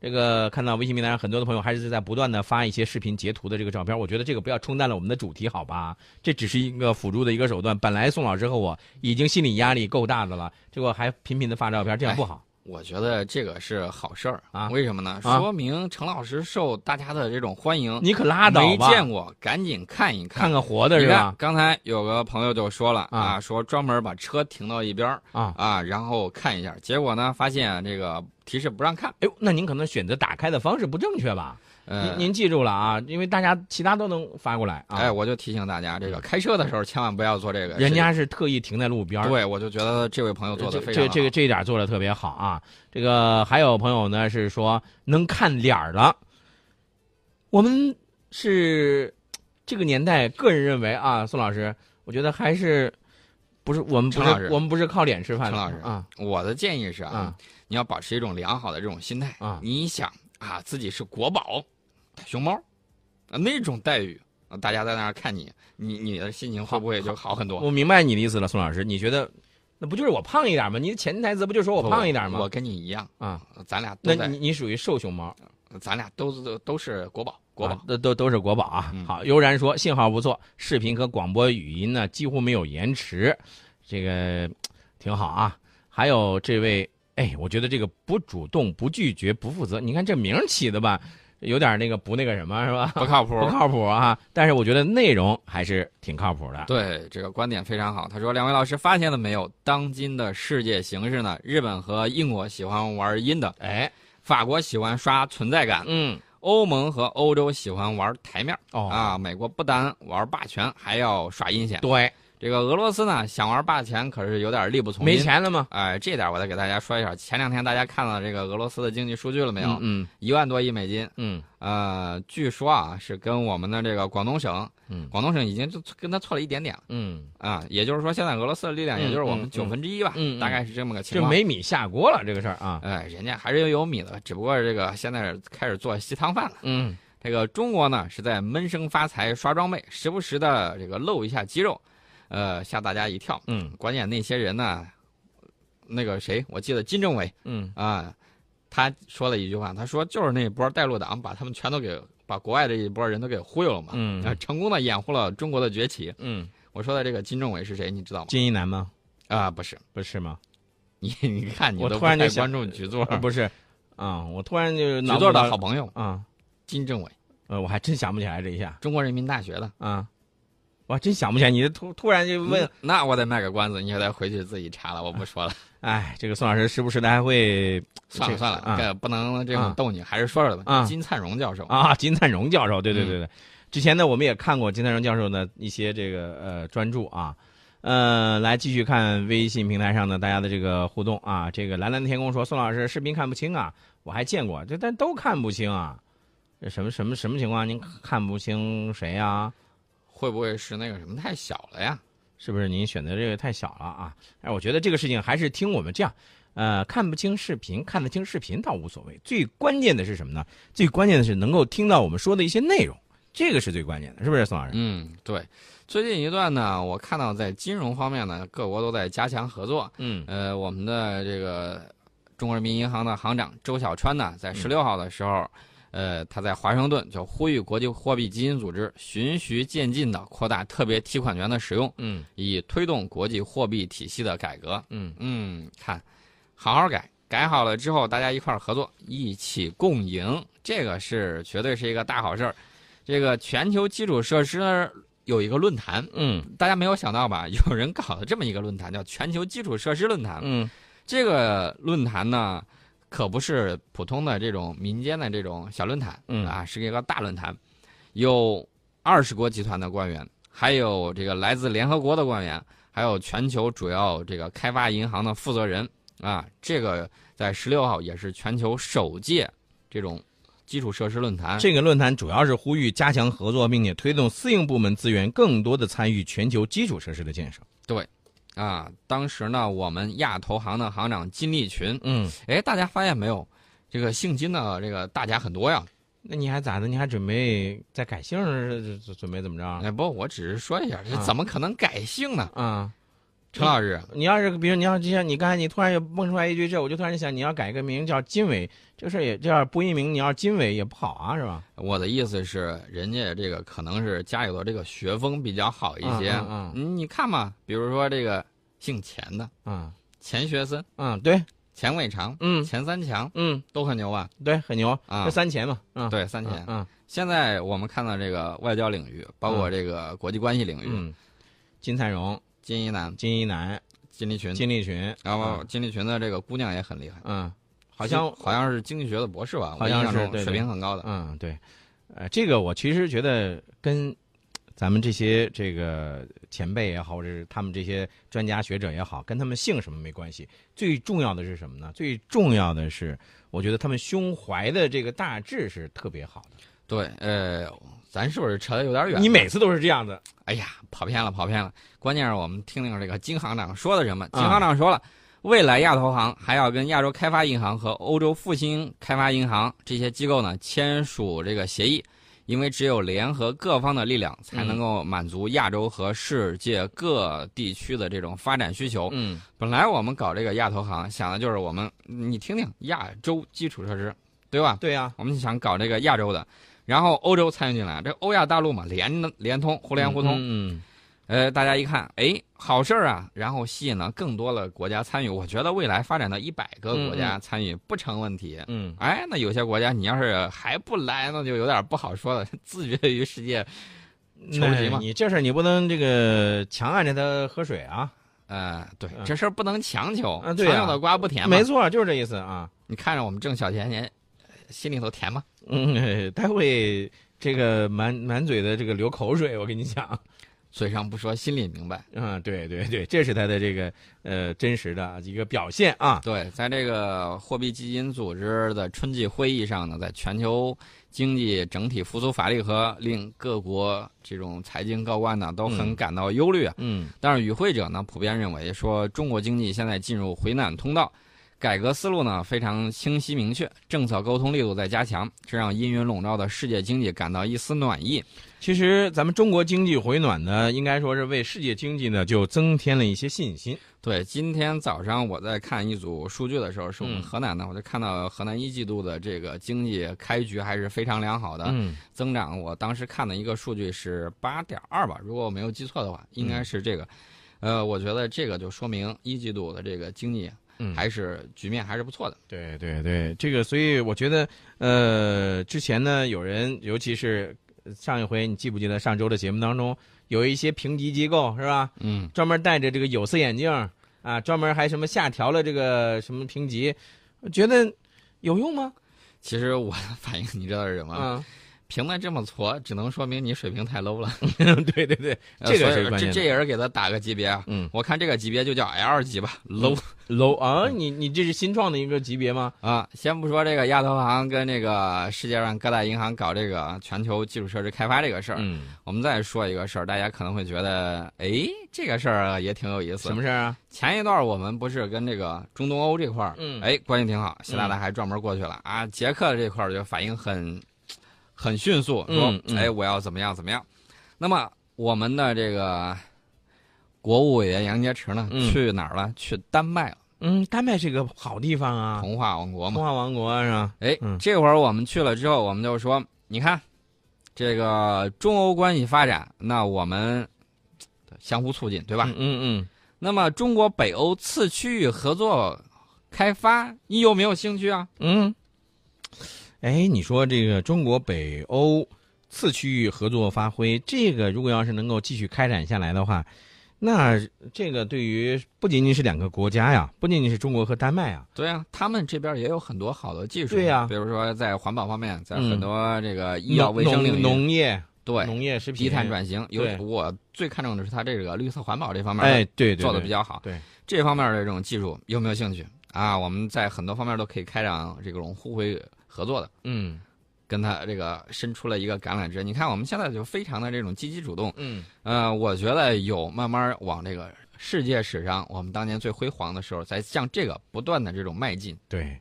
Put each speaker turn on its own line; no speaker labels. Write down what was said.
这个看到微信平台上很多的朋友还是在不断的发一些视频截图的这个照片，我觉得这个不要冲淡了我们的主题，好吧？这只是一个辅助的一个手段。本来宋老师和我已经心理压力够大的了，结果还频频的发照片，这样不好。
我觉得这个是好事儿
啊
为什么呢？
啊
说明陈老师受大家的这种欢迎。
你可拉倒
哎没
吧，
见过，赶紧看一
看
看。
看活的是
你看
吧？
刚才有个朋友就说了
啊
啊，说专门把车停到一边儿
啊，
啊，然后看一下。结果呢，发现这个提示不让看。
哎呦，那您可能选择打开的方式不正确吧？
呃，
您您记住了啊，因为大家其他都能发过来啊。嗯
哎，我就提醒大家，这个开车的时候千万不要做这个。
人家是特意停在路边儿
是对，我就觉得这位朋友做的非常
这
好
这个这一点做的特别好啊。这个还有朋友呢是说能看脸儿了，我们是这个年代，个人认为啊，宋老师，我觉得还是不是我们不
陈老师
是我们不是靠脸吃饭的，
陈老师
啊
我的建议是啊，
啊
你要保持一种良好的这种心态
啊
你想啊，自己是国宝，熊猫，啊那种待遇，啊大家在那儿看你，你你的心情会不会就好很多？
我明白你的意思了，宋老师，你觉得那不就是我胖一点吗？你的潜台词不就说我胖一点
我
吗？
跟你一样，
啊，
咱俩
那
都在
你，你属于瘦熊猫。
咱俩都都都是国宝，国宝。
啊都都都是国宝啊！
嗯
好，悠然说信号不错，视频和广播语音呢几乎没有延迟，这个嘖挺好啊。还有这位，哎，我觉得这个不主动、不拒绝、不负责，你看这名儿起的吧，有点那个不那个什么是吧？
不靠谱，
不靠谱啊！但是我觉得内容还是挺靠谱的。
对这个观点非常好。他说：“两位老师发现了没有？当今的世界形势呢？日本和英国喜欢玩阴的，
哎，
法国喜欢刷存在感，
嗯，
欧盟和欧洲喜欢玩台面儿、
哦，
啊。美国不单玩霸权，还要耍阴险。
对，
这个俄罗斯呢，想玩霸权可是有点力不从心。
没钱了吗？
哎，这点我再给大家说一下。前两天大家看到这个俄罗斯的经济数据了没有？
嗯
一万多亿美金，
嗯
呃，据说啊是跟我们的这个广东省，
嗯
广东省已经就跟他错了一点点了。”
嗯
啊，也就是说，现在俄罗斯的力量，
嗯
也就是我们
嗯
九分之一吧，
嗯嗯
大概是这么个情
这
况。
没米下锅了这个事儿啊。
哎，人家还是有米的，只不过这个现在开始做稀汤饭了。
嗯，
这个中国呢是在闷声发财、刷装备，时不时的这个露一下肌肉，呃，吓大家一跳。
嗯
关键那些人呢，那个谁，我记得金政委
嗯
啊，他说了一句话，他说就是那波带路党把他们全都给把国外这一波人都给忽悠了嘛，
嗯
啊成功的掩护了中国的崛起。
嗯，
我说的这个金政委是谁，你知道吗？
金一南吗？
啊，不是。
不是吗？
你 你看，你
我
都
突然
不太
就想
关注 局座，
啊，不是，啊，我突然就
局
脑
座
子
的好朋友
啊，
金政委，
呃，我还真想不起来这一下
中国人民大学的。
啊，我还真想不起来，你这突突然就问
嗯，那我得卖个关子，你也得回去自己查了，我不说了，
哎，这个宋老师时不时的还会
算了
这个
算了，
啊
这不能这
啊
种逗你，还是说说吧
啊。
金灿荣教授，
啊，金灿荣教授，对
嗯
对对对，之前呢我们也看过金灿荣教授的一些这个呃专著啊，呃，来继续看微信平台上的大家的这个互动啊，这个蓝蓝天空说宋老师视频看不清啊，我还见过，这但都看不清啊，这什么什么什么情况？您看不清谁啊呀、
会不会是那个什么太小了呀？
是不是您选择这个太小了啊？哎，我觉得这个事情还是听我们这样，呃，看不清视频，看得清视频倒无所谓。最关键的是什么呢？最关键的是能够听到我们说的一些内容，这个是最关键的，是不是，宋老师？
嗯，对。最近一段呢，我看到在金融方面呢，各国都在加强合作。
嗯
呃，我们的这个中国人民银行的行长周小川呢，
嗯
在十六号的时候，呃，他在华盛顿就呼吁国际货币基金组织循序渐进的扩大特别提款权的使用，
嗯
以推动国际货币体系的改革。
嗯
嗯，看，好好改，改好了之后，大家一块儿合作，一起共赢，这个是绝对是一个大好事儿。这个全球基础设施有一个论坛，
嗯
大家没有想到吧？有人搞了这么一个论坛，叫全球基础设施论坛。
嗯
这个论坛呢，可不是普通的这种民间的这种小论坛，
嗯
啊，是一个大论坛，有二十国集团的官员，还有这个来自联合国的官员，还有全球主要这个开发银行的负责人啊。这个在十六号也是全球首届这种基础设施论坛。
这个论坛主要是呼吁加强合作，并且推动私营部门资源更多的参与全球基础设施的建设。
啊，当时呢，我们亚投行的行长金立群，
嗯，
哎，大家发现没有？这个姓金的这个大家很多呀。
那你还咋的？你还准备再改姓儿？准准备怎么着？
哎，不，我只是说一下，这
啊
怎么可能改姓呢？
啊
陈老师，
你要是比如你要就像你刚才你突然又蹦出来一句这，我就突然想你要改个名叫金伟，这事儿也这要播音名你要金伟也不好啊，是吧？
我的意思是，人家这个可能是家里头这个学风比较好一些。
嗯嗯
嗯你看嘛，比如说这个姓钱的
嗯
钱学森、
嗯，对，
钱伟长、
嗯
钱三强
嗯
都很牛啊。
对，很牛，
啊
这三钱嘛，嗯，
对，三
嗯，
钱。
嗯
现在我们看到这个外交领域，包括这个国际关系领域，
嗯，金灿荣、
金一南、
金一南、
金立群，
金嗯立群，
然后金立群的这个姑娘也很厉害，
嗯，好像
好像是经济学的博士吧，
好像是
我印象中
对对
水平很高的。
嗯，对，呃，这个我其实觉得跟咱们这些这个前辈也好，或者是他们这些专家学者也好，跟他们姓什么没关系。最重要的是什么呢？最重要的是，我觉得他们胸怀的这个大志是特别好的。
对，呃，咱是不是扯得有点远？
你每次都是这样的，
哎呀，跑偏了，跑偏了。关键是我们听听这个金行长说的什么。
嗯
金行长说了，未来亚投行还要跟亚洲开发银行和欧洲复兴开发银行这些机构呢签署这个协议，因为只有联合各方的力量，才能够满足亚洲和世界各地区的这种发展需求。
嗯
本来我们搞这个亚投行，想的就是我们，你听听亚洲基础设施，对吧？
对呀、啊
我们想搞这个亚洲的，然后欧洲参与进来，这欧亚大陆嘛，联联通，互联互通。
嗯
呃，大家一看，哎，好事儿啊，然后吸引了更多的国家参与。我觉得未来发展到一百个国家参与不成问题。
嗯
哎，那有些国家你要是还不来，那就有点不好说了，自绝于世界。
嗯，
求急
那
嘛
你这事儿你不能这个强按着他喝水啊，
呃，对，
嗯
这事儿不能强求，
啊对
强
啊
扭的瓜不甜嘛。
没，错，就是这意思啊。
你看着我们挣小钱，也心里头甜吗？
嗯，待会这个满满嘴的这个流口水，我跟你讲。
嘴上不说，心里明白。
嗯，对对对，这是他的这个呃真实的一个表现啊。
对，在这个货币基金组织的春季会议上呢，在全球经济整体复苏乏力和令各国这种财经高官呢都很
嗯
感到忧虑啊。
嗯
但是与会者呢普遍认为说，中国经济现在进入回暖通道，改革思路呢非常清晰明确，政策沟通力度在加强，这让阴云笼罩的世界经济感到一丝暖意。
其实咱们中国经济回暖呢，应该说是为世界经济呢就增添了一些信心。
对，今天早上我在看一组数据的时候，是我们
嗯
河南的，我就看到河南一季度的这个经济开局还是非常良好的，
嗯
增长。我当时看的一个数据是八点二吧，如果我没有记错的话，应
嗯
该是这个。呃，我觉得这个就说明一季度的这个经济
嗯，
还是局面还是不错的。
对对对，这个所以我觉得呃，之前呢有人，尤其是上一回你记不记得上周的节目当中，有一些评级机构是吧，
嗯，
专门戴着这个有色眼镜儿啊，专门还什么下调了这个什么评级，觉得有用吗？
其实我的反应你知道是什么？
嗯，
评的这么挫，只能说明你水平太 low 了。
嗯 对对对，这个
呃所
是
以
关键
这
的
这也是给他打个级别啊。
嗯。
我看这个级别就叫 L 级吧，low、
楼啊，你你这是新创的一个级别吗？
啊，先不说这个亚投行跟这个世界上各大银行搞这个全球基础设施开发这个事儿，
嗯，
我们再说一个事儿，大家可能会觉得，哎，这个事儿也挺有意思。
什么事儿啊？
前一段我们不是跟这个中东欧这块儿，
嗯
哎，关系挺好，习大大还专门过去了、啊。捷克这块儿就反应很很迅速，说
嗯，嗯
哎，我要怎么样怎么样。那么我们的这个国务委员杨洁篪呢，
嗯
去哪儿了？去丹麦了，
嗯，丹麦是个好地方啊，
童话王国嘛
童。话王国是吧？
哎，
嗯
这会儿我们去了之后，我们就说，你看，这个中欧关系发展，那我们嘖相互促进，对吧？
嗯嗯
那么中国北欧次区域合作开发，你有没有兴趣啊？
嗯嗯。哎，你说这个中国北欧次区域合作发挥，这个如果要是能够继续开展下来的话，那这个对于不仅仅是两个国家呀，不仅仅是中国和丹麦啊，
对啊，他们这边也有很多好的技术，
对呀
比如说在环保方面，在
嗯
很多这个医药卫生领域，
农农业、
对，
农业食品哎
低碳，转型，有
对
我最看重的是它这个绿色环保这方面，
哎，对对，
做的
对
比较好。
对
这方面的这种技术有没有兴趣啊？我们在很多方面都可以开展这种互惠合作的，
嗯
跟他这个伸出了一个橄榄枝。你看我们现在就非常的这种积极主动，
嗯
呃，我觉得有慢慢往这个世界史上我们当年最辉煌的时候，在向这个不断的这种迈进。
对。